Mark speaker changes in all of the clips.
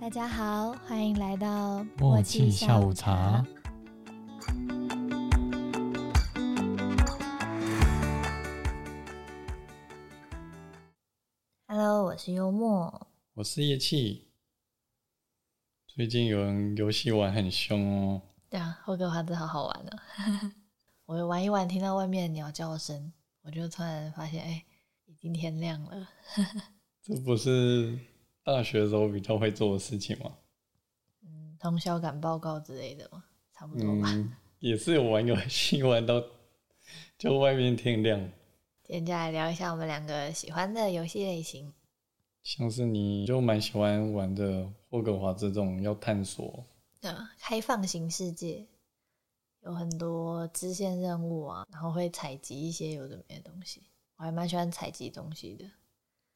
Speaker 1: 大家好，欢迎来到
Speaker 2: 默契下午茶。
Speaker 1: Hello，我是幽默。
Speaker 2: 我是叶气。最近有人游戏玩很凶哦，
Speaker 1: 对啊，霍格华兹好好玩哦。 我玩一玩，听到外面的鸟叫声，我就突然发现，哎、已经天亮了。
Speaker 2: 这不是大学的时候比较会做的事情吗？
Speaker 1: 嗯，通宵赶报告之类的嘛，差不多吧。
Speaker 2: 嗯，也是有玩游戏玩到 就外面天亮，
Speaker 1: 今天就来聊一下我们两个喜欢的游戏类型。
Speaker 2: 像是你就蛮喜欢玩的霍格华兹这种要探索，
Speaker 1: 呃，开放型世界有很多支线任务啊，然后会采集一些有的没的东西。我还蛮喜欢采集东西的，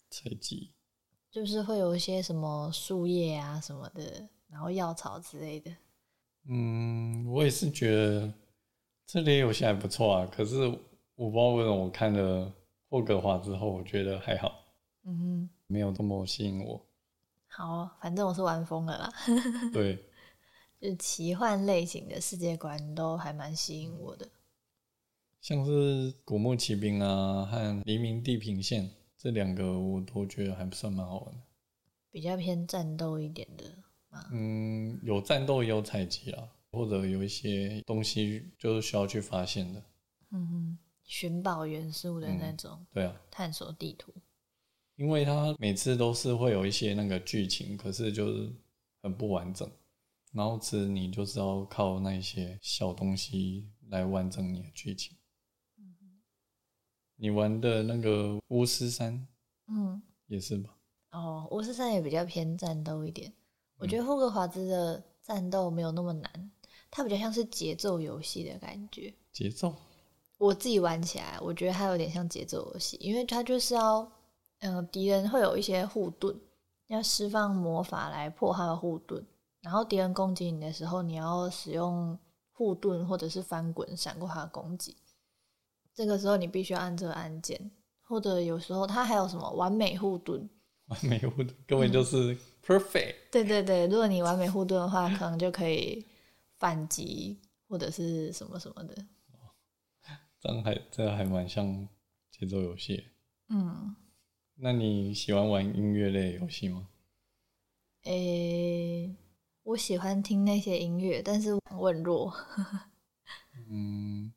Speaker 2: 采集
Speaker 1: 就是会有一些什么树叶啊什么的，然后药草之类的。
Speaker 2: 嗯，我也是觉得这类游戏还不错啊。可是我不知道为什么我看了霍格华之后，我觉得还好，
Speaker 1: 嗯
Speaker 2: 没有这么吸引我。
Speaker 1: 哼，好哦，反正我是玩疯了啦，
Speaker 2: 对，
Speaker 1: 就是奇幻类型的世界观都还蛮吸引我的。
Speaker 2: 像是《古墓奇兵》啊和《黎明地平线》这两个，我都觉得还算蛮好玩的。
Speaker 1: 比较偏战斗一点的，
Speaker 2: 嗯，有战斗也有采集啊，或者有一些东西就是需要去发现的。
Speaker 1: 嗯哼，寻宝元素的那种
Speaker 2: 对啊，
Speaker 1: 探索地图。
Speaker 2: 因为它每次都是会有一些那个剧情，可是就是很不完整。然后其实你就是要靠那一些小东西来完整你的剧情。你玩的那个巫师三
Speaker 1: 嗯，
Speaker 2: 也是吧？
Speaker 1: 哦，巫师三也比较偏战斗一点。我觉得霍格华兹的战斗没有那么难，它比较像是节奏游戏的感觉。
Speaker 2: 节奏
Speaker 1: 我自己玩起来，我觉得它有点像节奏游戏，因为它就是要，嗯、敌人会有一些护盾，要释放魔法来破他的护盾，然后敌人攻击你的时候，你要使用护盾或者是翻滚闪过他的攻击。这个时候你必须要按这个按键，或者有时候它还有什么完美护盾，
Speaker 2: 完美互动根本就是 perfect。
Speaker 1: 对对对，如果你完美护盾的话，可能就可以反击或者是什么什么的。
Speaker 2: 这样还这还蛮像节奏游戏。
Speaker 1: 嗯，
Speaker 2: 那你喜欢玩音乐类游戏吗？
Speaker 1: 诶、我喜欢听那些音乐，但是我很弱。
Speaker 2: 嗯，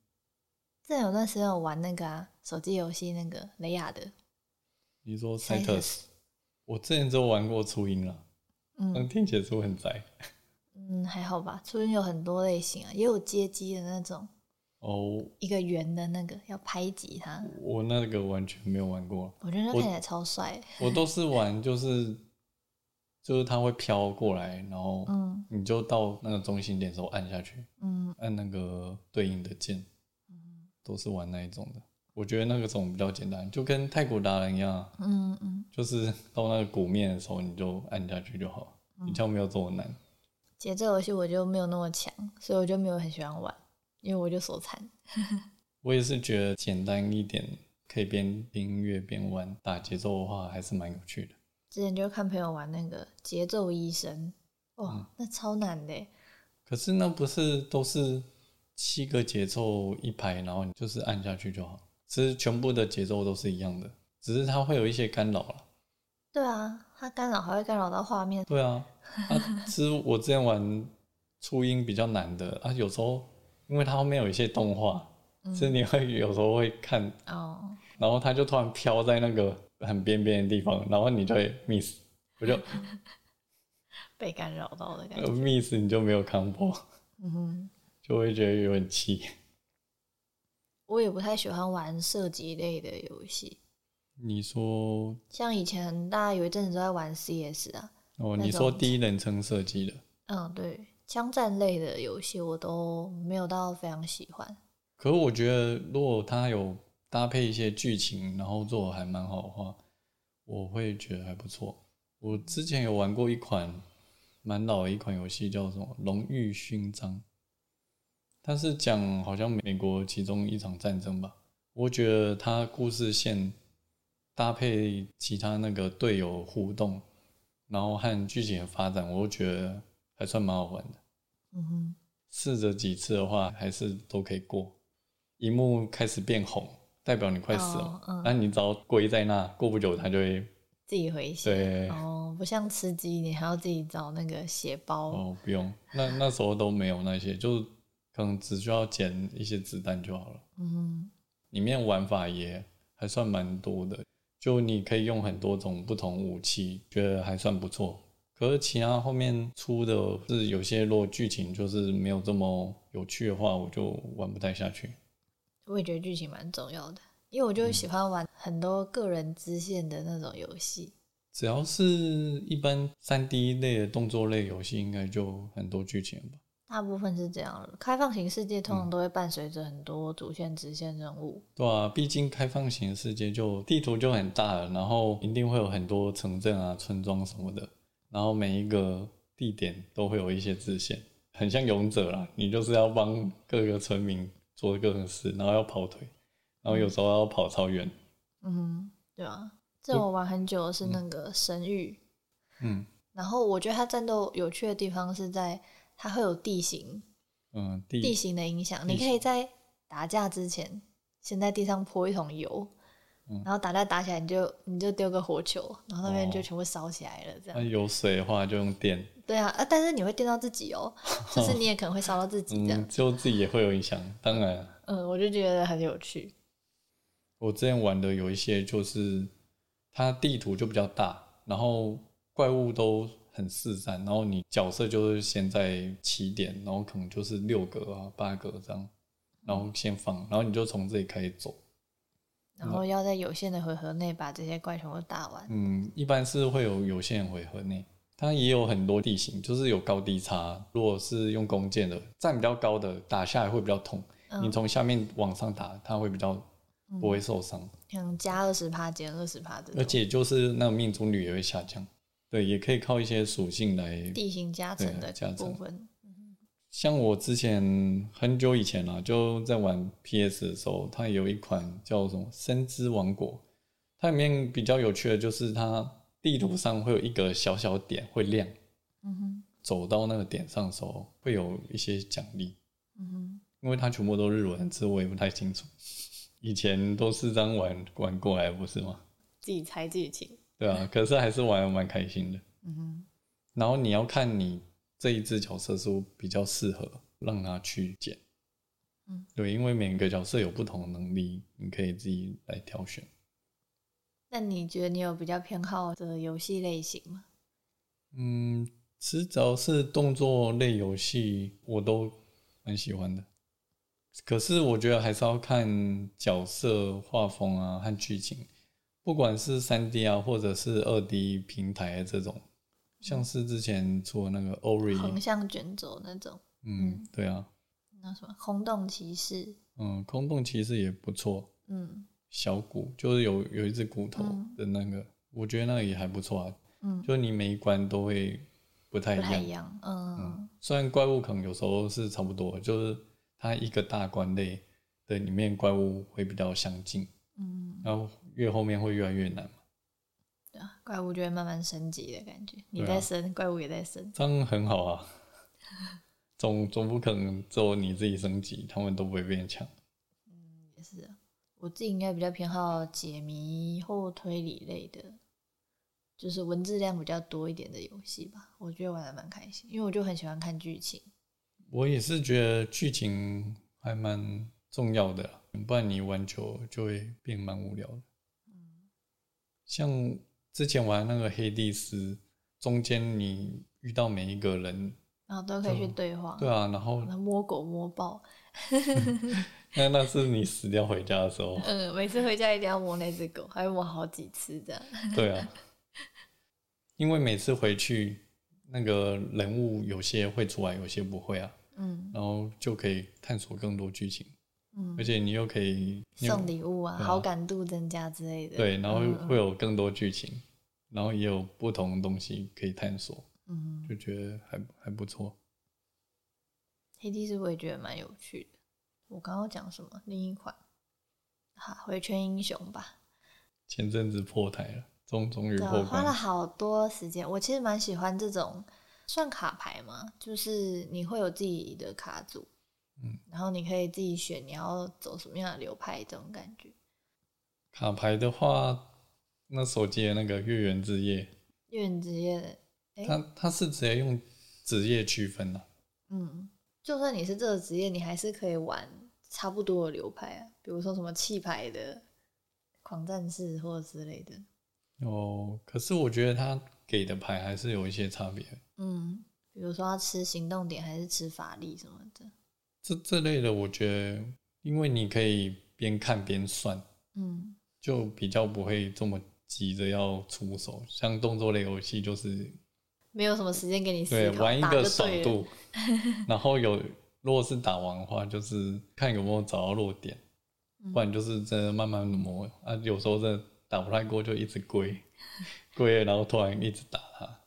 Speaker 1: 之前有段时间有玩那个啊，手机游戏那个雷亚的，
Speaker 2: 你说
Speaker 1: Cytus
Speaker 2: Cytus，我之前只有玩过初音啦，但
Speaker 1: 嗯
Speaker 2: 听起来是我很宅。
Speaker 1: 嗯，还好吧。初音有很多类型啊，也有街机的那种，
Speaker 2: 哦，
Speaker 1: 一个圆的那个要拍击它，
Speaker 2: 我那个完全没有玩过，
Speaker 1: 我觉得那
Speaker 2: 我
Speaker 1: 看起来超帅。
Speaker 2: 我都是玩就是就是它会飘过来，然后
Speaker 1: 嗯
Speaker 2: 你就到那个中心点的时候按下去，
Speaker 1: 嗯，
Speaker 2: 按那个对应的键，都是玩那一种的。我觉得那个种比较简单，就跟太古达人一样啊，
Speaker 1: 嗯嗯，
Speaker 2: 就是到那个鼓面的时候你就按下去就好，比较没有这么难。
Speaker 1: 节奏游戏我就没有那么强，所以我就没有很喜欢玩，因为我就手残。
Speaker 2: 我也是觉得简单一点，可以边听音乐边玩，打节奏的话还是蛮有趣的。
Speaker 1: 之前就看朋友玩那个节奏医生，哇，那超难的耶。欸
Speaker 2: 可是那不是都是七个节奏一排，然后你就是按下去就好，其实全部的节奏都是一样的，只是它会有一些干扰了。
Speaker 1: 对啊，它干扰还会干扰到画面。
Speaker 2: 对啊，啊，其实我之前玩初音比较难的啊，有时候因为它后面有一些动画，
Speaker 1: 嗯
Speaker 2: 所以你会有时候会看，
Speaker 1: 哦，
Speaker 2: 然后它就突然飘在那个很边边的地方，然后你就会 miss，我就
Speaker 1: 被干扰到的感
Speaker 2: 呃
Speaker 1: 觉。
Speaker 2: miss 你就没有 combo，
Speaker 1: 嗯哼，
Speaker 2: 就会觉得有点气。
Speaker 1: 我也不太喜欢玩射击类的游戏，
Speaker 2: 你说
Speaker 1: 像以前大家有一阵子都在玩 CS 啊，
Speaker 2: 哦，
Speaker 1: 那
Speaker 2: 你说
Speaker 1: 种
Speaker 2: 第一人称射击的，
Speaker 1: 嗯，对，枪战类的游戏我都没有到非常喜欢。
Speaker 2: 可是我觉得如果它有搭配一些剧情，然后做的还蛮好的话，我会觉得还不错。我之前有玩过一款蛮老的一款游戏，叫什么《荣誉勋章》，它是讲好像美国其中一场战争吧。我觉得它故事线搭配其他那个队友互动，然后和剧情的发展，我都觉得还算蛮好玩的。
Speaker 1: 嗯哼，
Speaker 2: 试着几次的话，还是都可以过。一幕开始变红，代表你快死了
Speaker 1: 哦嗯
Speaker 2: 嘛，那、你只要归在那，过不久它就会
Speaker 1: 自己回血。
Speaker 2: 对
Speaker 1: 哦，不像吃鸡，你还要自己找那个血包。
Speaker 2: 哦，不用，那那时候都没有那些，就可能只需要捡一些子弹就好了。
Speaker 1: 嗯
Speaker 2: 里面玩法也还算蛮多的，就你可以用很多种不同武器，觉得还算不错。可是其他后面出的是有些如果剧情就是没有这么有趣的话，我就玩不太下去。
Speaker 1: 哼，我也觉得剧情蛮重要的，因为我就喜欢玩很多个人支线的那种游戏。
Speaker 2: 只要是一般三 D 类的动作类游戏，应该就很多剧情了吧？
Speaker 1: 大部分是这样的，开放型世界通常都会伴随着很多主线、支线任务。
Speaker 2: 对啊，毕竟开放型的世界就地图就很大了，然后一定会有很多城镇啊、村庄什么的，然后每一个地点都会有一些支线，很像勇者啦，你就是要帮各个村民做各种事，然后要跑腿，然后有时候要跑超远。
Speaker 1: 嗯哼，对啊，这我玩很久的是那个《神域》
Speaker 2: 嗯
Speaker 1: 然后我觉得它战斗有趣的地方是在它会有地形
Speaker 2: 嗯，
Speaker 1: 地
Speaker 2: 地
Speaker 1: 形的影响，
Speaker 2: 地
Speaker 1: 你可以在打架之前先在地上泼一桶油，
Speaker 2: 嗯
Speaker 1: 然后打架打起来你就你就丢个火球，然后那边
Speaker 2: 哦哎
Speaker 1: 就全部烧起来了，这样。
Speaker 2: 那啊有水的话就用电，
Speaker 1: 对啊，啊，但是你会电到自己哦，就是你也可能会烧到自己这样
Speaker 2: 嗯，。就自己也会有影响。当然，啊
Speaker 1: 嗯，我就觉得很有趣。
Speaker 2: 我之前玩的有一些就是它地图就比较大，然后怪物都很四散，然后你角色就是先在起点，然后可能就是六格啊、八格这样，然后先放，然后你就从这里开始走。
Speaker 1: 然后要在有限的回合内把这些怪全部打完。
Speaker 2: 嗯，一般是会有有限回合内，它也有很多地形，就是有高低差。如果是用弓箭的，站比较高的打下来会比较痛，
Speaker 1: 嗯
Speaker 2: 你从下面往上打，它会比较不会受伤。
Speaker 1: 像加二十趴减二十趴这
Speaker 2: 而
Speaker 1: 种
Speaker 2: 且就是那种命中率也会下降。对，也可以靠一些属性来。
Speaker 1: 地形加成的
Speaker 2: 对加成
Speaker 1: 部分，
Speaker 2: 像我之前很久以前啦、啊就在玩 PS 的时候，它有一款叫什么《生之王国》，它里面比较有趣的就是它地图上会有一个小小点会亮，
Speaker 1: 嗯哼，
Speaker 2: 走到那个点上的时候会有一些奖励，
Speaker 1: 嗯哼，
Speaker 2: 因为它全部都日文字，我也不太清楚。以前都是这样玩玩过来，不是吗？
Speaker 1: 自己猜自己清，
Speaker 2: 对啊，可是还是玩的蛮开心的。
Speaker 1: 嗯哼，
Speaker 2: 然后你要看你这一只角色是不是比较适合让它去捡。
Speaker 1: 嗯，
Speaker 2: 对，因为每个角色有不同的能力，你可以自己来挑选。
Speaker 1: 那你觉得你有比较偏好的游戏类型吗？
Speaker 2: 嗯，其实只要是动作类游戏，我都蛮喜欢的。可是我觉得还是要看角色画风啊和剧情，不管是三 D 啊或者是二 D 平台这种，像是之前出的那个 Ori，
Speaker 1: 嗯横向卷轴那种，
Speaker 2: 嗯，对啊，
Speaker 1: 那什么空洞骑士，
Speaker 2: 嗯，空洞骑士也不错，
Speaker 1: 嗯
Speaker 2: 小骨，就是有有一只骨头
Speaker 1: 嗯
Speaker 2: 的那个，我觉得那个也还不错啊。
Speaker 1: 嗯，
Speaker 2: 就你每一关都会不太
Speaker 1: 不
Speaker 2: 一
Speaker 1: 太
Speaker 2: 样
Speaker 1: 一，样，嗯
Speaker 2: 虽然怪物可能有时候是差不多，就是它一个大关类的里面怪物会比较相近，
Speaker 1: 嗯，
Speaker 2: 然后越后面会越来越难嘛，
Speaker 1: 对啊，怪物就会慢慢升级的感觉，你
Speaker 2: 对啊
Speaker 1: 在升，怪物也在升，
Speaker 2: 这样很好啊。 总总不可能只有你自己升级，他们都不会变强。
Speaker 1: 也是啊，我自己应该比较偏好解谜或推理类的，就是文字量比较多一点的游戏吧。我觉得玩的蛮开心，因为我就很喜欢看剧情。
Speaker 2: 我也是觉得剧情还蛮重要的啦，不然你玩久了就会变蛮无聊的。像之前玩那个黑帝斯，中间你遇到每一个人，
Speaker 1: 然后都可以去对话，
Speaker 2: 对啊，然后
Speaker 1: 然后摸狗摸豹，，
Speaker 2: 那那是你死掉回家的时候
Speaker 1: 嗯，每次回家一定要摸那只狗，还会摸好几次这样。
Speaker 2: 对啊，因为每次回去那个人物有些会出来，有些不会啊，
Speaker 1: 嗯
Speaker 2: 然后就可以探索更多剧情，
Speaker 1: 嗯
Speaker 2: 而，且你又可以你有
Speaker 1: 送礼物啊，
Speaker 2: 对啊
Speaker 1: 好感度增加之类的。
Speaker 2: 对，然后
Speaker 1: 嗯
Speaker 2: 会有更多剧情，然后也有不同的东西可以探索，
Speaker 1: 嗯，
Speaker 2: 就觉得还还不错。
Speaker 1: 黑帝斯我也觉得蛮有趣的。我刚刚讲什么？另一款，哈，回圈英雄吧。
Speaker 2: 前阵子破台了，终终于
Speaker 1: 对
Speaker 2: 破
Speaker 1: 啊，花了
Speaker 2: 关。
Speaker 1: 好多时间。我其实蛮喜欢这种算卡牌嘛，就是你会有自己的卡组，
Speaker 2: 嗯，
Speaker 1: 然后你可以自己选你要走什么样的流派，这种感觉。
Speaker 2: 卡牌的话，那手机的那个月圆之夜，
Speaker 1: 因为你直接的，诶
Speaker 2: 它它是直接用职业区分的、啊
Speaker 1: 嗯，就算你是这个职业，你还是可以玩差不多的流派啊，比如说什么气牌的狂战士或者之类的。
Speaker 2: 哦，可是我觉得它给的牌还是有一些差别。
Speaker 1: 嗯，比如说要吃行动点还是吃法力什么的。
Speaker 2: 这这类的，我觉得因为你可以边看边算，
Speaker 1: 嗯
Speaker 2: 就比较不会这么急着要出手。像动作类游戏，就是，
Speaker 1: 没有什么时间给你思
Speaker 2: 对
Speaker 1: 考，
Speaker 2: 玩一
Speaker 1: 打
Speaker 2: 个
Speaker 1: 就
Speaker 2: 手
Speaker 1: 对了
Speaker 2: 度，然后有如果是打完的话，就是看有没有找到弱点，
Speaker 1: 嗯
Speaker 2: 不然就是真的慢慢磨啊。有时候真的打不太过，就一直跪跪了，然后突然一直打他。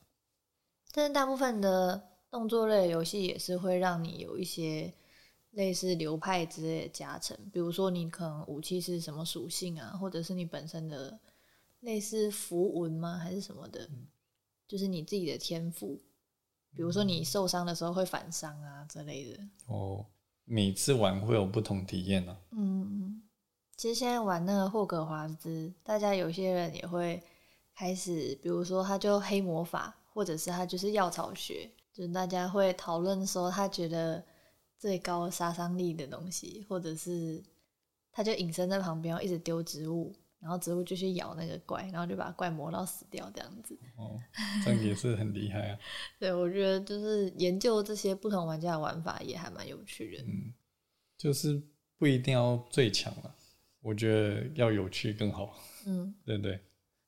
Speaker 1: 但是大部分的动作类的游戏也是会让你有一些类似流派之类的加成，比如说你可能武器是什么属性啊，或者是你本身的类似符文吗，还是什么的，就是你自己的天赋。比如说你受伤的时候会反伤啊之类的。
Speaker 2: 哦，每次玩会有不同体验啊。
Speaker 1: 嗯，其实现在玩那个霍格华兹，大家有些人也会开始，比如说他就黑魔法，或者是他就是药草学，就是大家会讨论说他觉得最高杀伤力的东西，或者是他就隐身在旁边，一直丢植物，然后植物就去咬那个怪，然后就把怪磨到死掉这样子。
Speaker 2: 哦，这样也是很厉害啊。
Speaker 1: 对，我觉得就是研究这些不同玩家的玩法也还蛮有趣的。
Speaker 2: 嗯，就是不一定要最强了，我觉得要有趣更好，
Speaker 1: 嗯
Speaker 2: 对不对？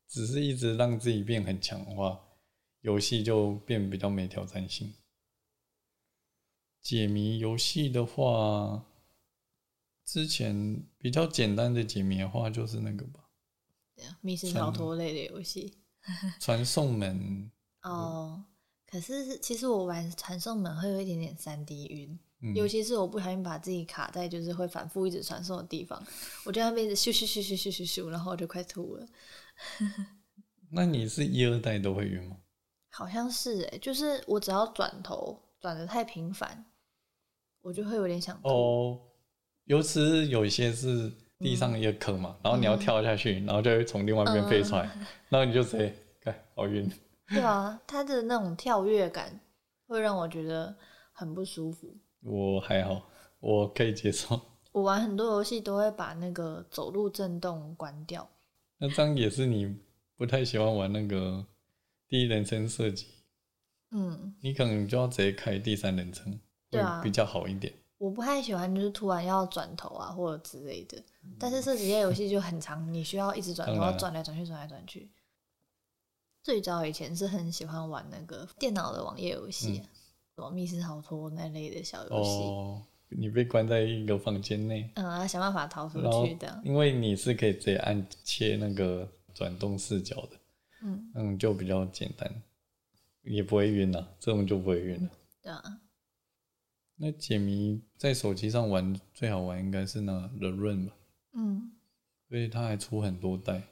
Speaker 2: 只是一直让自己变很强的话，游戏就变比较没挑战性。解谜游戏的话，之前比较简单的解谜的话，就是那个吧，
Speaker 1: 这样啊密室逃脱类的游戏。
Speaker 2: 传送门，
Speaker 1: 哦，可是是其实我玩传送门会有一点点三 D 晕，
Speaker 2: 嗯，
Speaker 1: 尤其是我不小心把自己卡在就是会反复一直传送的地方，我就在那边一直咻咻咻咻咻咻咻，然后我就快吐了。
Speaker 2: 那你是一二代都会晕吗？
Speaker 1: 好像是诶、就是我只要转头转的太频繁，我就会有点想吐。
Speaker 2: 哦，尤其是有一些是地上一个坑嘛，然后你要跳下去，然后就会从另外一边飞出来，然后你就直接，哎，好晕。
Speaker 1: 对啊，它的那种跳跃感会让我觉得很不舒服。
Speaker 2: 我还好，我可以接受。
Speaker 1: 我玩很多游戏都会把那个走路震动关掉。
Speaker 2: 那这样也是你不太喜欢玩那个第一人称射击，
Speaker 1: 嗯，
Speaker 2: 你可能就要直接开第三人称，
Speaker 1: 对啊
Speaker 2: 会比较好一点。
Speaker 1: 我不太喜欢，就是突然要转头啊，或者之类的。但是射击类游戏就很长，你需要一直转头，
Speaker 2: 嗯当然了
Speaker 1: 转来转去，转来转去。最早以前是很喜欢玩那个电脑的网页游戏、啊，什么密室逃脱那类的小游戏，
Speaker 2: 嗯哦，你被关在一个房间内，
Speaker 1: 嗯，啊想办法逃出
Speaker 2: 然后
Speaker 1: 去的。
Speaker 2: 因为你是可以直接按切那个转动视角的。
Speaker 1: 嗯，
Speaker 2: 嗯，就比较简单，也不会晕了、啊这种就不会晕了。
Speaker 1: 对啊，
Speaker 2: 那解谜在手机上玩最好玩应该是那 The Run 吧，
Speaker 1: 嗯，
Speaker 2: 所以它还出很多代，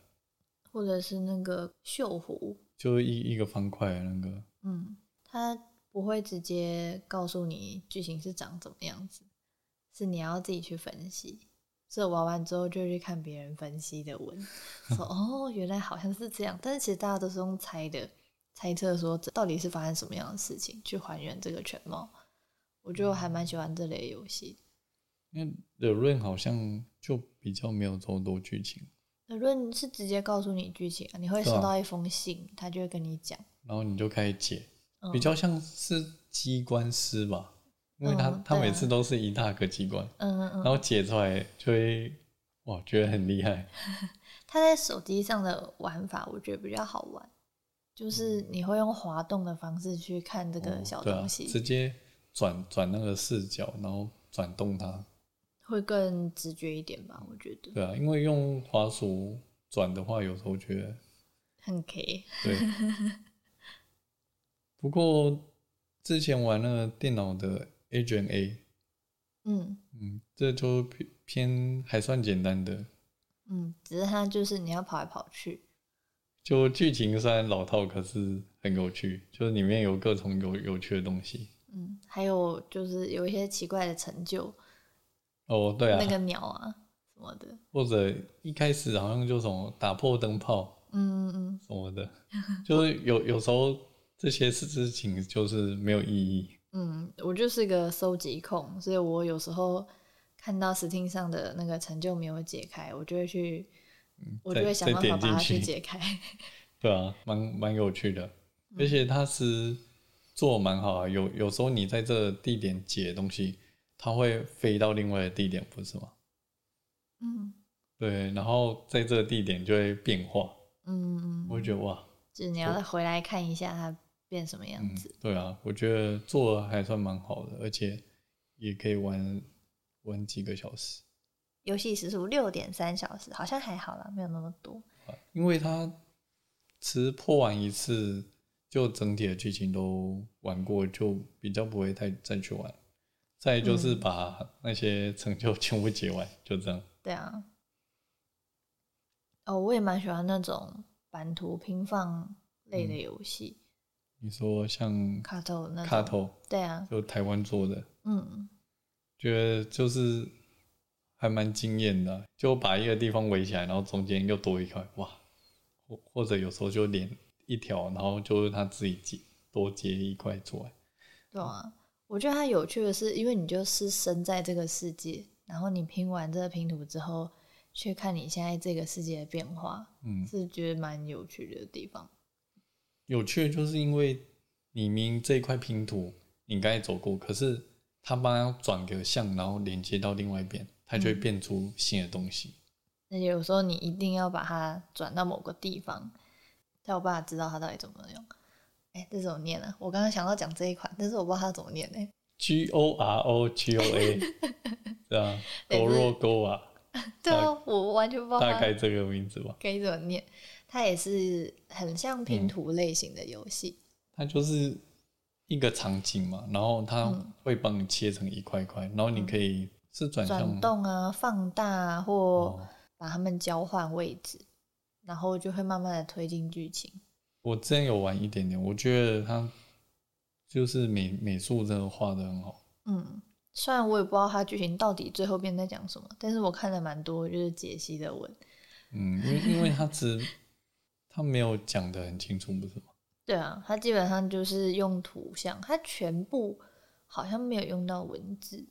Speaker 1: 或者是那个锈湖，
Speaker 2: 就一一个方块那个，
Speaker 1: 嗯，它不会直接告诉你剧情是长怎么样子，是你要自己去分析。所以我玩完之后就去看别人分析的 文，说哦，原来好像是这样。但是其实大家都是用猜的，猜测说这到底是发生什么样的事情，去还原这个全貌。我就还蛮喜欢这类游戏。
Speaker 2: 因为 The Run 好像就比较没有这么多剧情，
Speaker 1: 那论是直接告诉你剧情啊，你会
Speaker 2: 对啊
Speaker 1: 收到一封信，他就会跟你讲。
Speaker 2: 然后你就开始解，
Speaker 1: 嗯
Speaker 2: 比较像是机关师吧，因为它
Speaker 1: 嗯
Speaker 2: 它
Speaker 1: 对啊
Speaker 2: 每次都是一大个机关，
Speaker 1: 嗯嗯嗯
Speaker 2: 然。后解出来就会哇觉得很厉害，
Speaker 1: 它在手机上的玩法，我觉得比较好玩，就是你会用滑动的方式去看这个小
Speaker 2: 嗯对啊
Speaker 1: 东，西，
Speaker 2: 直接转转那个视角，然后转动它，
Speaker 1: 会更直觉一点吧？我觉得
Speaker 2: 对啊，因为用滑鼠转的话，有时候觉得
Speaker 1: 很 K。
Speaker 2: 对。不过之前玩那个电脑的 Agent A，
Speaker 1: 嗯
Speaker 2: 嗯，这就偏偏还算简单的，
Speaker 1: 嗯，只是它就是你要跑来跑去，
Speaker 2: 就剧情虽然老套，可是很有趣，就是里面有各种有有趣的东西。
Speaker 1: 嗯，还有就是有一些奇怪的成就，
Speaker 2: 哦，对啊，
Speaker 1: 那个鸟啊什么的，
Speaker 2: 或者一开始好像就什么打破灯泡
Speaker 1: 嗯嗯
Speaker 2: 什 么的，就是有有时候这些事情就是没有意义。
Speaker 1: 嗯，我就是个收集控，所以我有时候看到 Steam 上的那个成就没有解开，我就会去，我就
Speaker 2: 嗯再
Speaker 1: 会想
Speaker 2: 再
Speaker 1: 办法
Speaker 2: 点
Speaker 1: 把它去
Speaker 2: 进去
Speaker 1: 解开。
Speaker 2: 对啊，蛮蛮有趣的，
Speaker 1: 嗯
Speaker 2: 而且它是做得蛮好啊。有有时候你在这地点解东西，它会飞到另外的地点，不是吗？
Speaker 1: 嗯
Speaker 2: 对，然后在这个地点就会变化，
Speaker 1: 嗯，
Speaker 2: 我会觉得哇，
Speaker 1: 就是你要再回来看一下它变什么样
Speaker 2: 嗯
Speaker 1: 子。，
Speaker 2: 对啊，我觉得做得还算蛮好的，而且也可以玩玩几个小时，
Speaker 1: 游戏时速六点三小时，好像还好啦，没有那么多。
Speaker 2: 因为它其实破完一次，就整体的剧情都玩过，就比较不会太再去玩。再
Speaker 1: 嗯
Speaker 2: 就是把那些成就全部解完，就这样。
Speaker 1: 对啊，哦，我也蛮喜欢那种版图拼放类
Speaker 2: 嗯
Speaker 1: 的游戏，
Speaker 2: 你说像
Speaker 1: 卡头那
Speaker 2: 卡
Speaker 1: 种。
Speaker 2: 头，
Speaker 1: 对啊，
Speaker 2: 就台湾做的，
Speaker 1: 嗯，
Speaker 2: 觉得就是还蛮惊艳的，啊就把一个地方围起来，然后中间又多一块，哇！或或者有时候就连一条，然后就是他自己接多接一块出来，
Speaker 1: 对啊。我觉得它有趣的是，因为你就是身在这个世界，然后你拼完这个拼图之后，去看你现在这个世界的变化，
Speaker 2: 嗯，
Speaker 1: 是觉得蛮有趣的地方。
Speaker 2: 有趣的就是因为你明明这一块拼图你刚才走过，可是他帮他转个向，然后连接到另外一边，它
Speaker 1: 嗯
Speaker 2: 就会变出新的东西。
Speaker 1: 那有时候你一定要把它转到某个地方，才有办法知道它到底怎么用。哎、这怎么念呢、我刚刚想到讲这一款，但是我不知道它怎么念呢、
Speaker 2: G O R O G O A，对啊
Speaker 1: 对不是
Speaker 2: ，Goro Go 啊，
Speaker 1: 对啊，我完全不知道
Speaker 2: 大
Speaker 1: 它
Speaker 2: 概这个名字吧。
Speaker 1: 该怎么念。它也是很像
Speaker 2: 嗯
Speaker 1: 拼图类型的游戏，
Speaker 2: 它就是一个场景嘛，然后它
Speaker 1: 嗯
Speaker 2: 会帮你切成一块一块，然后你可以是转向
Speaker 1: 转
Speaker 2: 吗
Speaker 1: 动啊、放大啊，或
Speaker 2: 哦
Speaker 1: 把它们交换位置，然后就会慢慢的推进剧情。
Speaker 2: 我之前有玩一点点，我觉得它就是美美术真的画的很好。
Speaker 1: 嗯，虽然我也不知道它剧情到底最后边在讲什么，但是我看了蛮多就是解析的文。
Speaker 2: 嗯，因为因为它只它没有讲的很清楚，不是吗？
Speaker 1: 对啊，它基本上就是用图像，它全部好像没有用到文字。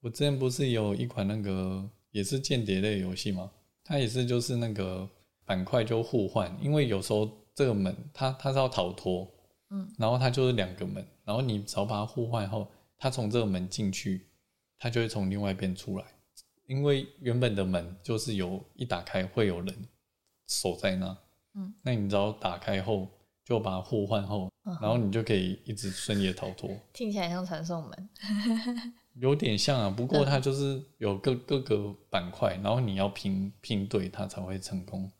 Speaker 2: 我之前不是有一款那个也是间谍类游戏吗？它也是就是那个板块就互换，因为有时候这个门它它是要逃脱，
Speaker 1: 嗯，
Speaker 2: 然后它就是两个门，然后你只要把它互换后，它从这个门进去，它就会从另外一边出来，因为原本的门就是有一打开会有人守在那，
Speaker 1: 嗯，
Speaker 2: 那你只要打开后就把它互换后，
Speaker 1: 嗯哼
Speaker 2: 然后你就可以一直顺利的逃脱。
Speaker 1: 听起来像传送门。
Speaker 2: 有点像啊，不
Speaker 1: 嗯
Speaker 2: 过它就是有各各个板块，然后你要拼拼对，它才会成功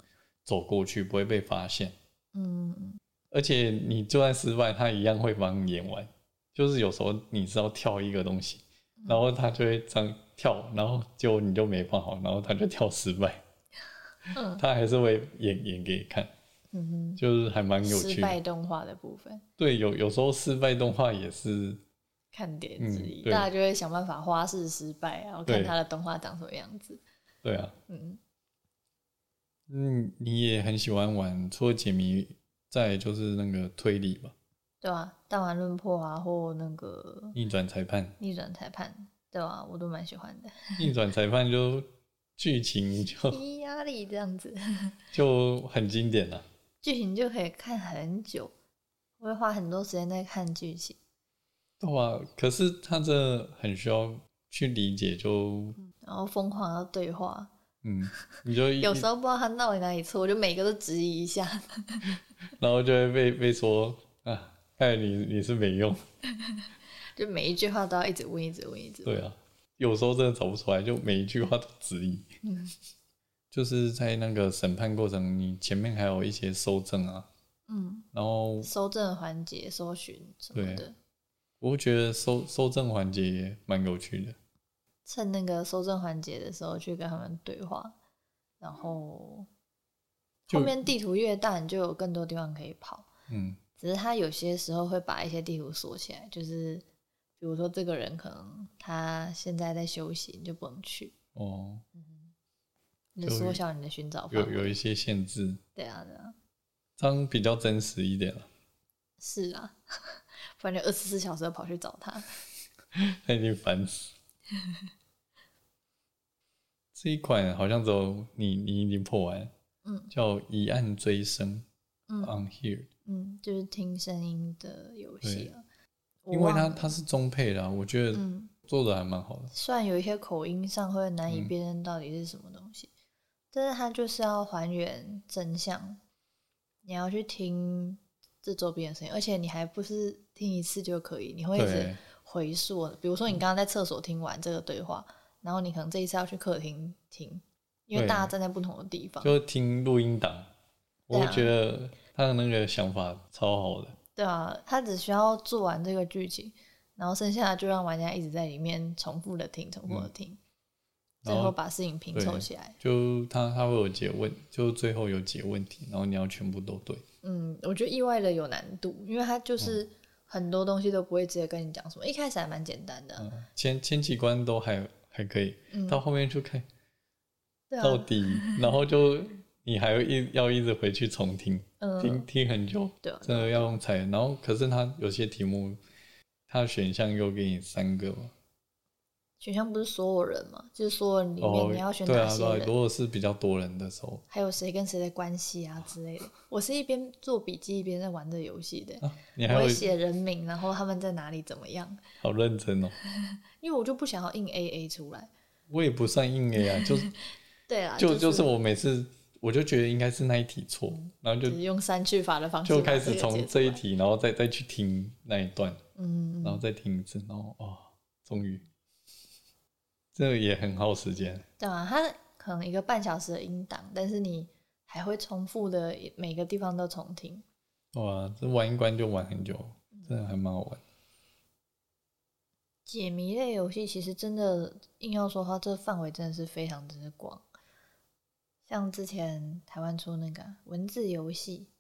Speaker 2: 走过去，不会被发现。
Speaker 1: 嗯，
Speaker 2: 而且你就算失败，它一样会帮你演完。就是有时候你是要跳一个东西，
Speaker 1: 嗯
Speaker 2: 然后它就会这样跳，然后就你就没办好，然后它就跳失败，
Speaker 1: 嗯
Speaker 2: 它还是会演演给你看，
Speaker 1: 嗯
Speaker 2: 就是还蛮
Speaker 1: 哼，
Speaker 2: 有
Speaker 1: 失
Speaker 2: 趣
Speaker 1: 败
Speaker 2: 的。
Speaker 1: 动画的部分
Speaker 2: 对，有有时候失败动画也是
Speaker 1: 看点之一，
Speaker 2: 嗯对
Speaker 1: 大家就会想办法花式失败啊，我看
Speaker 2: 对
Speaker 1: 它的动画长什么样子。
Speaker 2: 对啊。
Speaker 1: 嗯，
Speaker 2: 嗯，你也很喜欢玩，除了解谜，再来就是那个推理吧，
Speaker 1: 对啊，弹丸论破啊，或那个，
Speaker 2: 逆转裁判
Speaker 1: 逆转裁判，对啊，我都蛮喜欢的。
Speaker 2: 逆转裁判就剧情就
Speaker 1: 低压力这样子，
Speaker 2: 就很经典啊了。
Speaker 1: 剧情就可以看很久，我会花很多时间在看剧情。
Speaker 2: 对啊，可是他这很需要去理解就，
Speaker 1: 然后疯狂要对话，
Speaker 2: 嗯，你就一
Speaker 1: 有时候不知道他到底哪里错，我就每个都质疑一下。
Speaker 2: 然后就会被被说啊，看来你你是没用。
Speaker 1: 就每一句话都要一直问，一直问，一直问。
Speaker 2: 对啊，有时候真的找不出来，就每一句话都质疑。
Speaker 1: 嗯
Speaker 2: 就是在那个审判过程，你前面还有一些搜证啊，
Speaker 1: 嗯，
Speaker 2: 然后
Speaker 1: 搜证环节、搜寻什么的，
Speaker 2: 我觉得搜搜证环节也蛮有趣的，
Speaker 1: 趁那个搜证环节的时候去跟他们对话，然后
Speaker 2: 就
Speaker 1: 后面地图越大，你就有更多地方可以跑。
Speaker 2: 嗯
Speaker 1: 只是他有些时候会把一些地图锁起来，就是比如说这个人可能他现在在休息，你就不能去，
Speaker 2: 哦，
Speaker 1: 你就
Speaker 2: 就
Speaker 1: 缩
Speaker 2: 有
Speaker 1: 小你的寻找范
Speaker 2: 有
Speaker 1: 围。
Speaker 2: 有一些限制，
Speaker 1: 对啊，对啊，
Speaker 2: 这样比较真实一点啊了。
Speaker 1: 是啊，不然就二十四小时地跑去找他。
Speaker 2: 他已经烦死。这一款好像只有你你已经破完了，
Speaker 1: 嗯
Speaker 2: 叫《一案追声》
Speaker 1: 嗯
Speaker 2: on here，
Speaker 1: 嗯，就是听声音的游戏啊。我
Speaker 2: 因为它
Speaker 1: 忘了
Speaker 2: 它是中配的啊、我觉得
Speaker 1: 嗯，
Speaker 2: 做的还蛮好的。
Speaker 1: 虽然有一些口音上会难以
Speaker 2: 嗯
Speaker 1: 辨认到底是什么东西，但是它就是要还原真相。你要去听这周边的声音，而且你还不是听一次就可以，你会一直
Speaker 2: 对，嗯
Speaker 1: 回溯。比如说，你刚刚在厕所听完这个对话，然后你可能这一次要去客厅听，因为
Speaker 2: 对
Speaker 1: 大家站在不同的地方，
Speaker 2: 就听录音档，
Speaker 1: 对
Speaker 2: 我
Speaker 1: 啊
Speaker 2: 觉得他的那个想法超好的。
Speaker 1: 对啊，他只需要做完这个剧情，然后剩下的就让玩家一直在里面重复的听，重复的听，最
Speaker 2: 嗯然
Speaker 1: 后
Speaker 2: 后
Speaker 1: 把事情拼
Speaker 2: 对
Speaker 1: 凑起来。
Speaker 2: 就他他会有解问，就最后有解问题，然后你要全部都对。
Speaker 1: 嗯，我觉得意外的有难度，因为他
Speaker 2: 嗯
Speaker 1: 就是很多东西都不会直接跟你讲什么，一开始还蛮简单的啊，
Speaker 2: 嗯，前前几关都还还可以，
Speaker 1: 嗯，
Speaker 2: 到后面就看
Speaker 1: 对
Speaker 2: 到
Speaker 1: 啊，
Speaker 2: 底，然后就你还要一要一直回去重听，听
Speaker 1: 嗯，
Speaker 2: 听很久，
Speaker 1: 对啊，
Speaker 2: 真的要用猜。然后可是他有些题目，他选项又给你三个嘛，
Speaker 1: 选项不是所有人嘛，就是所有人里
Speaker 2: 哦
Speaker 1: 面你要，选
Speaker 2: 对
Speaker 1: 哪
Speaker 2: 啊，
Speaker 1: 些
Speaker 2: 对啊，
Speaker 1: 人，
Speaker 2: 如果是比较多人的时候，
Speaker 1: 还有谁跟谁的关系啊之类的。我是一边做笔记一边在玩这游戏的，
Speaker 2: 啊，你
Speaker 1: 我
Speaker 2: 还
Speaker 1: 会
Speaker 2: 有
Speaker 1: 写人名，然后他们在哪里怎么样，
Speaker 2: 好认真哦，
Speaker 1: 因为我就不想要硬 A A 出来。
Speaker 2: 我也不算硬 A 啊，就是
Speaker 1: 对啦，
Speaker 2: 就就是
Speaker 1: 啊是
Speaker 2: 我每次我就觉得应该是那一题错，然后就
Speaker 1: 就是用删去法的方式
Speaker 2: 就
Speaker 1: 把
Speaker 2: 开始
Speaker 1: 个
Speaker 2: 从
Speaker 1: 哦解出
Speaker 2: 这一
Speaker 1: 来，
Speaker 2: 题，然后再再去听那一段，
Speaker 1: 嗯，
Speaker 2: 然后再听一次，然后哦，终于，这也很耗时间。
Speaker 1: 对啊，它可能一个半小时的音档，但是你还会重复的每个地方都重听。
Speaker 2: 哇，这玩一关就玩很久，真的还蛮好玩。
Speaker 1: 解谜类游戏其实真的硬要说的话，这范围真的是非常之广。像之前台湾出那个啊文字游戏，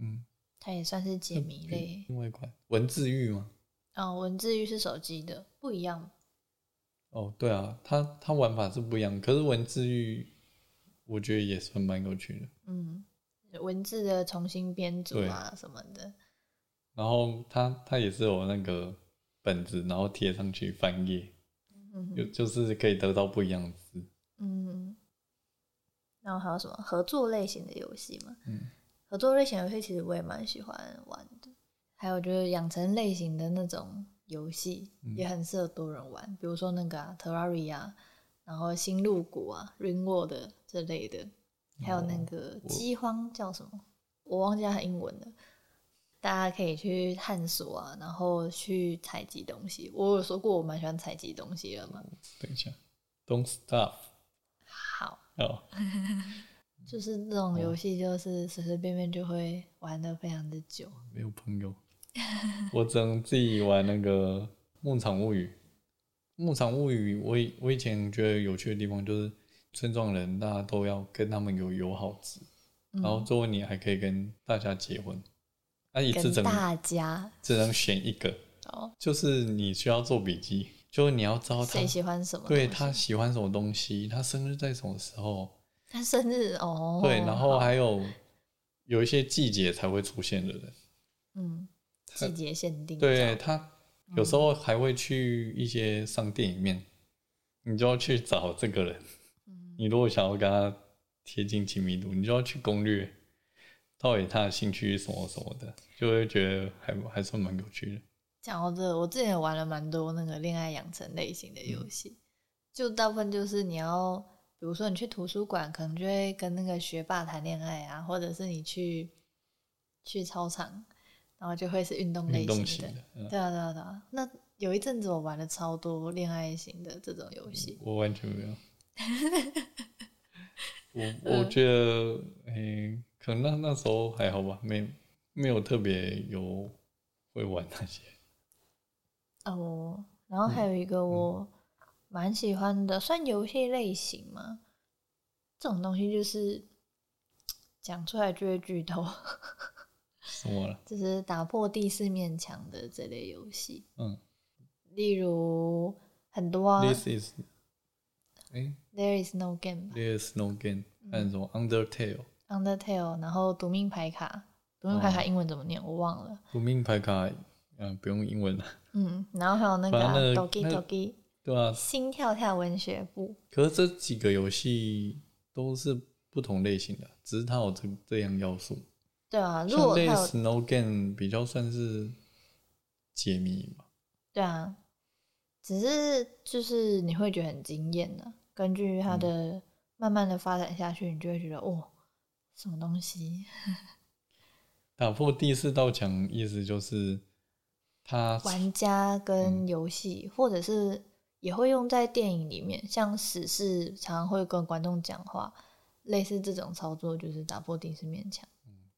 Speaker 2: 嗯，
Speaker 1: 它也算是解谜类。
Speaker 2: 另外一款文字狱吗？
Speaker 1: 哦，文字狱是手机的，不一样。
Speaker 2: 哦，对啊，它它玩法是不一样，可是文字狱我觉得也算蛮有趣的。
Speaker 1: 嗯，文字的重新编组啊什么的。
Speaker 2: 然后它它也是有那个本子，然后贴上去翻页，
Speaker 1: 嗯
Speaker 2: 就
Speaker 1: 哼
Speaker 2: 就是可以得到不一样的字。
Speaker 1: 嗯，然后还有什么合作类型的游戏吗？
Speaker 2: 嗯，
Speaker 1: 合作类型游戏其实我也蛮喜欢玩的，还有就是养成类型的那种游戏、
Speaker 2: 嗯
Speaker 1: 也很适合多人玩，比如说那个、啊、Terraria，然后星露谷啊、Ringworld 这类的，还有那个
Speaker 2: 哦我
Speaker 1: 饥荒叫什么，我忘记它英文了。大家可以去探索啊，然后去采集东西。我有说过我蛮喜欢采集东西的嘛。
Speaker 2: 等一下，Don't Stop
Speaker 1: 好，
Speaker 2: 哦。
Speaker 1: 就是这种游戏，就是随随便便就会玩的非常的久。
Speaker 2: 没有朋友， 我只能自己玩那个《牧场物语》。《牧场物语》我以我以前觉得有趣的地方就是村庄人大家都要跟他们有友好值，
Speaker 1: 嗯
Speaker 2: 然后最后你还可以跟大家结婚，那、一次只
Speaker 1: 跟
Speaker 2: 能
Speaker 1: 大家
Speaker 2: 只能选一个，
Speaker 1: 哦，
Speaker 2: 就是你需要做笔记，就是你要知道哦他
Speaker 1: 谁喜欢什么东西？
Speaker 2: 对他喜欢什么东西，他生日在什么时候，
Speaker 1: 他生日哦，
Speaker 2: 对，然后
Speaker 1: 好
Speaker 2: 还有有一些季节才会出现的人。
Speaker 1: 嗯，季节限定
Speaker 2: 对他有时候还会去一些商店里面，你就要去找这个人。你如果想要跟他贴近亲密度，你就要去攻略到底他的兴趣是什么什么的，就会觉得还还算蛮有趣的。
Speaker 1: 讲到这个，我之前也玩了蛮多那个恋爱养成类型的游戏，
Speaker 2: 嗯
Speaker 1: 就大部分就是你要，比如说你去图书馆，可能就会跟那个学霸谈恋爱啊，或者是你去去操场，然后就会是运动类
Speaker 2: 运动
Speaker 1: 型
Speaker 2: 型
Speaker 1: 的。
Speaker 2: 的，嗯，
Speaker 1: 对啊，对啊，对啊。那有一阵子我玩了超多恋爱型的这种游戏，
Speaker 2: 我完全 没有。我我觉得，诶、可能那那时候还好吧，没没有特别有会玩那些。
Speaker 1: 哦，然后还有一个我蛮喜欢的，算游戏类型嘛，这种东西就是讲出来就会剧透，
Speaker 2: 什么了？
Speaker 1: 就是打破第四面墙的这类游戏，
Speaker 2: 嗯
Speaker 1: 例如很多啊
Speaker 2: ，This is，哎
Speaker 1: ，There is no game 吧
Speaker 2: ，There is no game，还有什么 Undertale，
Speaker 1: ，Undertale，然后夺命牌卡，夺命牌卡英文怎么念我忘了，
Speaker 2: 不明牌卡，嗯，不用英文 了，
Speaker 1: 嗯，然后还有那个
Speaker 2: 反
Speaker 1: 啊
Speaker 2: 正那个
Speaker 1: Doki
Speaker 2: 那
Speaker 1: Doki
Speaker 2: 对啊，
Speaker 1: 心跳跳文学部，
Speaker 2: 可是这几个游戏都是不同类型的，只是它有这这样要素。
Speaker 1: 对啊，如
Speaker 2: 像
Speaker 1: 果它
Speaker 2: 类
Speaker 1: 有
Speaker 2: Snow Game 比较算是解谜吧，
Speaker 1: 对啊，只是就是你会觉得很惊艳的，根据
Speaker 2: 嗯
Speaker 1: 它的慢慢的发展下去，你就会觉得哦，什么东西？
Speaker 2: 打破第四道墙，意思就是它
Speaker 1: 玩家
Speaker 2: 嗯
Speaker 1: 跟游戏，或者是也会用在电影里面，像史事常常会跟观众讲话，类似这种操作就是打破第四面墙。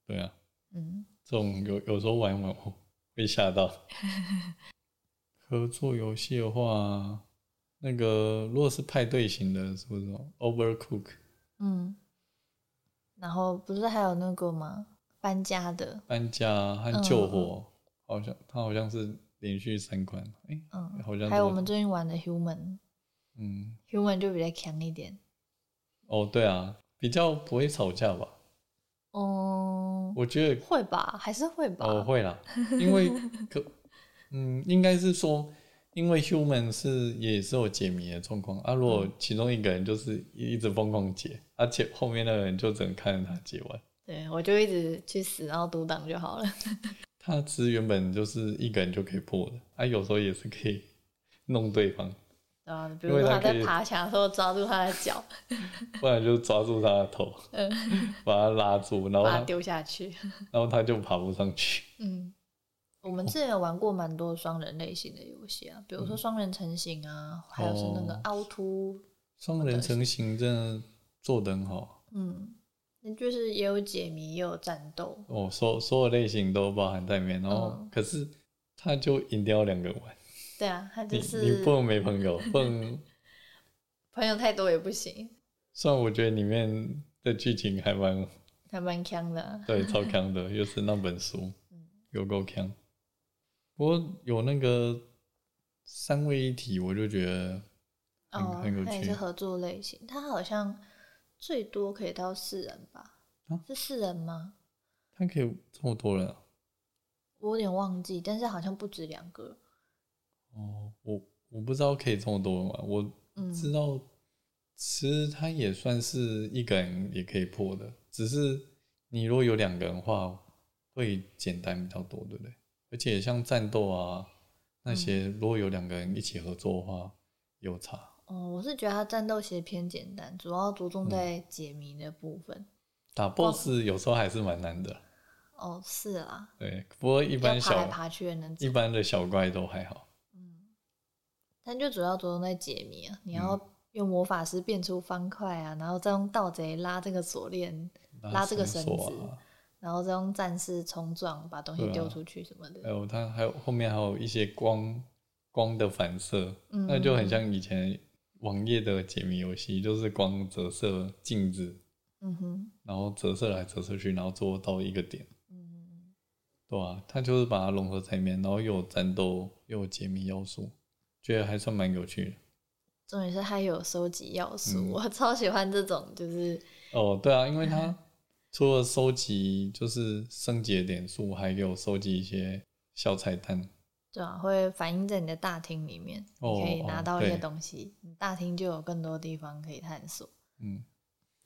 Speaker 2: 对啊，
Speaker 1: 嗯，
Speaker 2: 这种有有时候玩一玩哦会吓到。合作游戏的话，那个如果是派对型的，是不是 Overcook
Speaker 1: 嗯，然后不是还有那个吗？搬家的，
Speaker 2: 搬家和救火，好像它好像是连续三款，哎、
Speaker 1: 嗯，
Speaker 2: 好像
Speaker 1: 还有
Speaker 2: 都
Speaker 1: 我们最近玩的 Human，Human
Speaker 2: 嗯。
Speaker 1: 就比较强一点。
Speaker 2: 哦，对啊，比较不会吵架吧？
Speaker 1: 嗯，
Speaker 2: 我觉得
Speaker 1: 会吧，还是会吧。
Speaker 2: 哦会啦，因为可嗯，应该是说，因为 human 是也是有解谜的状况啊。如果其中一个人就是一一直疯狂解，而、且后面那个人就只能看着他解完。
Speaker 1: 对，我就一直去死，然后独挡就好了。
Speaker 2: 他其实原本就是一个人就可以破的，啊，有时候也是可以弄对方，
Speaker 1: 对啊，比
Speaker 2: 因
Speaker 1: 如
Speaker 2: 为
Speaker 1: 说
Speaker 2: 他
Speaker 1: 他在
Speaker 2: 可以
Speaker 1: 爬墙的时候抓住他的脚，
Speaker 2: 不然就抓住他的头，把他拉住，然后
Speaker 1: 把
Speaker 2: 他
Speaker 1: 他丢下去。
Speaker 2: 然后他就爬不上去。
Speaker 1: 嗯，我
Speaker 2: 哦
Speaker 1: 们之前有玩过蛮多双人类型的游戏啊，比如说双人成型啊，还有是那个
Speaker 2: 嗯哦
Speaker 1: 凹凸，
Speaker 2: 双人成型真的做得很好。
Speaker 1: 嗯，那就是也有解谜，也有战斗。
Speaker 2: 哦，所所有类型都包含在里面，然后、
Speaker 1: 嗯
Speaker 2: 可是他就一定要两个人玩，
Speaker 1: 对啊，他
Speaker 2: 你
Speaker 1: 就
Speaker 2: 你
Speaker 1: 是
Speaker 2: 不能没朋友，不能。
Speaker 1: 朋友太多也不行，
Speaker 2: 虽然我觉得里面的剧情 还蛮
Speaker 1: 还蛮强的啊、
Speaker 2: 对超强的，又是那本书，
Speaker 1: 嗯
Speaker 2: 有够强。不过有那个三位一体，我就觉得很、
Speaker 1: 哦
Speaker 2: 很有，
Speaker 1: 那也
Speaker 2: 趣
Speaker 1: 是。合作类型，它好像最多可以到四人吧？
Speaker 2: 啊
Speaker 1: 是四人吗？
Speaker 2: 它可以这么多人啊、
Speaker 1: 我有点忘记，但是好像不止两个。
Speaker 2: 哦，我我不知道可以这么多人玩，我
Speaker 1: 嗯，
Speaker 2: 知道，其实它也算是一个人也可以破的，只是你如果有两个人的话，会简单比较多，对不对？而且像战斗啊那些，
Speaker 1: 嗯
Speaker 2: 如果有两个人一起合作的话，有差。
Speaker 1: 哦，我是觉得它战斗其实偏简单，主要着
Speaker 2: 嗯
Speaker 1: 重在解谜的部分。
Speaker 2: 打 BOSS 有时候还是蛮难的，
Speaker 1: 哦，是啦，
Speaker 2: 对。不过一
Speaker 1: 要
Speaker 2: 般
Speaker 1: 爬来
Speaker 2: 小
Speaker 1: 爬去的那种，
Speaker 2: 一般的小怪都还好，
Speaker 1: 但就主要着重在解谜啊。你要
Speaker 2: 嗯
Speaker 1: 用魔法师变出方块啊，然后再用盗贼拉这个锁链，拉这个绳
Speaker 2: 绳索
Speaker 1: 子
Speaker 2: 啊，
Speaker 1: 然后再用战士冲撞把东西
Speaker 2: 对啊
Speaker 1: 丢出去什么的。
Speaker 2: 还有它还有后面还有一些光光的反射，
Speaker 1: 嗯，
Speaker 2: 那就很像以前网页的解谜游戏，就是光折射镜子，
Speaker 1: 嗯哼，
Speaker 2: 然后折射来折射去，然后做到一个点，
Speaker 1: 嗯，
Speaker 2: 对吧、它就是把它融合在里面，然后又有战斗，又有解谜要素，觉得还算蛮有趣的。
Speaker 1: 重点是它有收集要素，
Speaker 2: 嗯
Speaker 1: 我超喜欢这种，就是
Speaker 2: 哦，对啊，因为它除了收集就是升级的点数，还有收集一些小彩蛋。
Speaker 1: 对啊，会反映在你的大厅里面，
Speaker 2: 哦
Speaker 1: 你可以拿到一
Speaker 2: 哦
Speaker 1: 些
Speaker 2: 对
Speaker 1: 东西，你大厅就有更多地方可以探索。
Speaker 2: 嗯，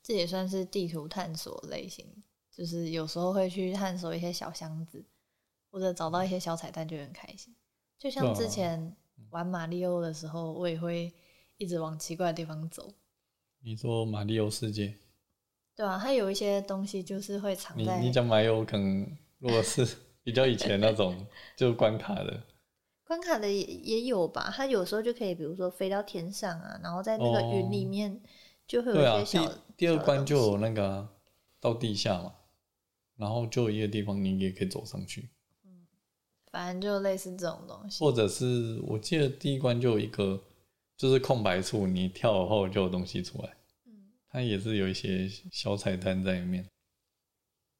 Speaker 1: 这也算是地图探索类型，就是有时候会去探索一些小箱子，或者找到一些小彩蛋，就很开心。就像
Speaker 2: 对啊
Speaker 1: 之前玩马里奥的时候，我也会一直往奇怪的地方走。
Speaker 2: 你说马里奥世界，
Speaker 1: 对啊，它有一些东西就是会藏
Speaker 2: 你
Speaker 1: 在
Speaker 2: 你讲马里奥可能如果是 比较以前那种就关卡的，
Speaker 1: 关卡的也也有吧，它有时候就可以，比如说飞到天上啊，然后在那个
Speaker 2: 哦
Speaker 1: 云里面就会有
Speaker 2: 对啊
Speaker 1: 一些，小、
Speaker 2: 第第二
Speaker 1: 小的
Speaker 2: 关
Speaker 1: 东
Speaker 2: 就有
Speaker 1: 西
Speaker 2: 那个啊、到地下嘛，然后就有一个地方你也可以走上去，
Speaker 1: 反正就类似这种东西。
Speaker 2: 或者是我记得第一关就有一个就是空白处，你跳后就有东西出来，
Speaker 1: 嗯，
Speaker 2: 它也是有一些小彩蛋在里面。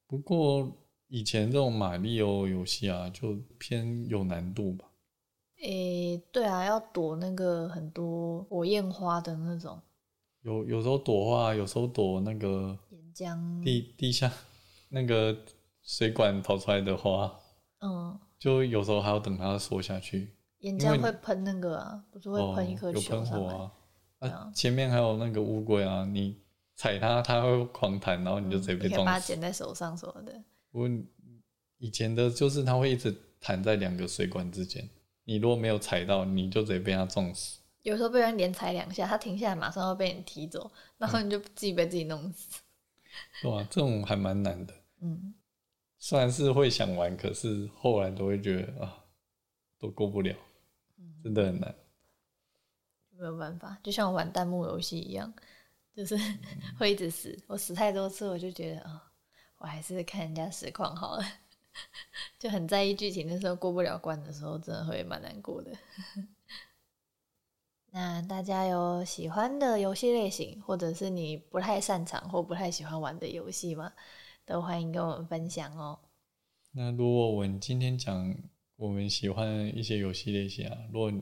Speaker 2: 不过以前这种马里奥游戏啊，就偏有难度吧。
Speaker 1: 诶、对啊，要躲那个很多火焰花的那种
Speaker 2: 有有时候躲花，有时候躲那个
Speaker 1: 岩浆，
Speaker 2: 地地下那个水管跑出来的花，
Speaker 1: 嗯，
Speaker 2: 就有时候还要等它缩下去。
Speaker 1: 岩
Speaker 2: 因为
Speaker 1: 浆
Speaker 2: 你
Speaker 1: 会喷那个啊，不是会
Speaker 2: 哦
Speaker 1: 喷一颗
Speaker 2: 有
Speaker 1: 球
Speaker 2: 喷
Speaker 1: 上
Speaker 2: 火
Speaker 1: 来？
Speaker 2: 啊！
Speaker 1: 对
Speaker 2: 啊
Speaker 1: 啊，
Speaker 2: 前面还有那个乌龟啊，你踩它，它会狂弹，然后你就直接
Speaker 1: 你
Speaker 2: 被
Speaker 1: 嗯可以把它
Speaker 2: 撞死。
Speaker 1: 捡在手上什么的。
Speaker 2: 我以前的就是它会一直弹在两个水管之间，你如果没有踩到，你就直接被它撞死。
Speaker 1: 有时候被人连踩两下，它停下来马上要被你踢走，然
Speaker 2: 嗯
Speaker 1: 后你就自己被自己弄死。
Speaker 2: 对啊，这种还蛮难的。
Speaker 1: 嗯，
Speaker 2: 虽然是会想玩，可是后来都会觉得啊，都过不了，
Speaker 1: 嗯
Speaker 2: 真的很难。
Speaker 1: 没有办法，就像我玩弹幕游戏一样，就是会一直死。我死太多次，我就觉得啊、我还是看人家实况好了。 就很在意剧情的时候，过不了关的时候，真的会蛮难过的。 那大家有喜欢的游戏类型，或者是你不太擅长或不太喜欢玩的游戏吗？都欢迎跟我们分享哦。
Speaker 2: 那如果我们今天讲我们喜欢一些游戏类型啊，如果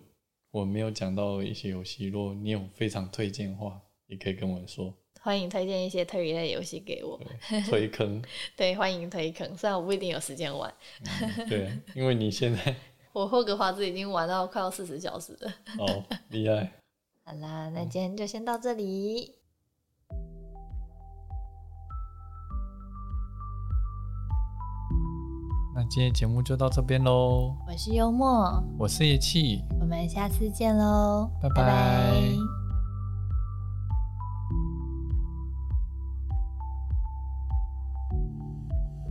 Speaker 2: 我没有讲到一些游戏，如果你有非常推荐的话，也可以跟我说，
Speaker 1: 欢迎推荐一些推理类游戏给我。
Speaker 2: 对推坑，
Speaker 1: 对，欢迎推坑。虽然我不一定有时间玩，
Speaker 2: 嗯对，因为你现在
Speaker 1: 我霍格华兹已经玩到快要四十小时了。
Speaker 2: 哦厉害，
Speaker 1: 好啦，那今天就先到这里。
Speaker 2: 那今天节目就到这边喽，
Speaker 1: 我是幽默，
Speaker 2: 我是叶气。
Speaker 1: 我们下次见喽，
Speaker 2: 拜拜
Speaker 1: 拜拜